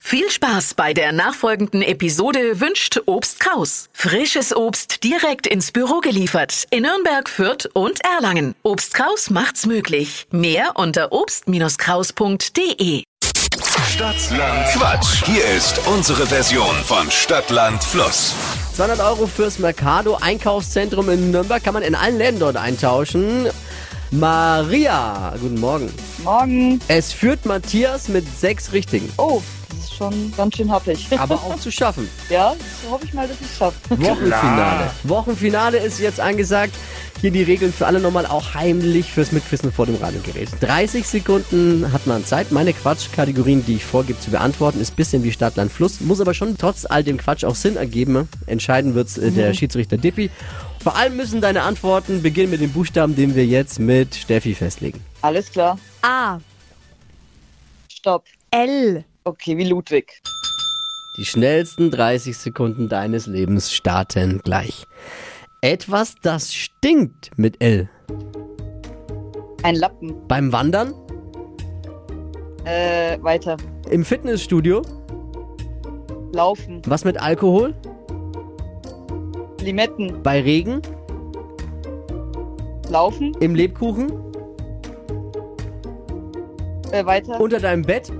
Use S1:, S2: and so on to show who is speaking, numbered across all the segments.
S1: Viel Spaß bei der nachfolgenden Episode wünscht Obst Kraus. Frisches Obst direkt ins Büro geliefert in Nürnberg, Fürth und Erlangen. Obst Kraus macht's möglich. Mehr unter obst-kraus.de.
S2: Stadtland Quatsch. Hier ist unsere Version von Stadtland Fluss.
S3: 200 Euro fürs Mercado Einkaufszentrum in Nürnberg kann man in allen Ländern dort eintauschen. Maria, guten Morgen.
S4: Morgen.
S3: Es führt Matthias mit sechs Richtigen,
S4: Oh, das ist schon ganz schön happig.
S3: aber auch zu schaffen.
S4: ja, so hoffe ich mal, dass ich es schaffe.
S3: Wochenfinale. Wochenfinale ist jetzt angesagt. Hier die Regeln für alle nochmal auch heimlich fürs Mitquissen vor dem Radiogerät. 30 Sekunden hat man Zeit. Meine Quatschkategorien, die ich vorgebe zu beantworten, ist bisschen wie Stadt, Land, Fluss. Muss aber schon trotz all dem Quatsch auch Sinn ergeben. Entscheiden wird's äh, der Schiedsrichter Dippi. Vor allem müssen deine Antworten beginnen mit dem Buchstaben, den wir jetzt mit Steffi festlegen.
S4: Alles klar.
S5: A.
S4: Stopp.
S5: L.
S4: Okay, wie Ludwig.
S3: Die schnellsten 30 Sekunden deines Lebens starten gleich. Etwas, das stinkt mit L.
S4: Ein Lappen.
S3: Beim Wandern?
S4: Äh, weiter.
S3: Im Fitnessstudio?
S4: Laufen.
S3: Was mit Alkohol?
S4: Limetten.
S3: Bei Regen?
S4: Laufen.
S3: Im Lebkuchen?
S4: Äh, weiter.
S3: Unter deinem Bett?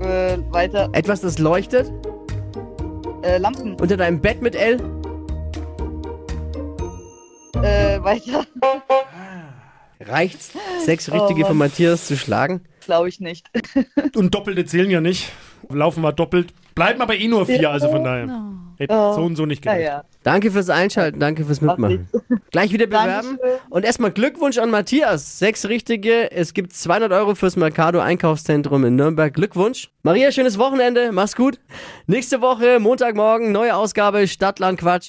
S4: äh, weiter.
S3: Etwas, das leuchtet?
S4: Äh, Lampen.
S3: Unter deinem Bett mit L?
S4: Äh, weiter.
S3: Reicht's? Sechs richtige
S4: Oh, Mann.
S3: von Matthias zu schlagen?
S4: Glaube ich nicht.
S6: Und Doppelte zählen ja nicht. Laufen war doppelt. Bleiben aber eh nur vier, also von daher. Hätte
S4: Oh.
S6: so und so nicht gereicht.
S4: Naja.
S3: Danke fürs Einschalten, danke fürs Mitmachen. Gleich wieder bewerben.
S4: Dankeschön.
S3: Und erstmal Glückwunsch an Matthias. Sechs richtige. Es gibt 200 Euro fürs Mercado Einkaufszentrum in Nürnberg. Glückwunsch. Maria, schönes Wochenende. Mach's gut. Nächste Woche, Montagmorgen, neue Ausgabe Stadtland Quatsch.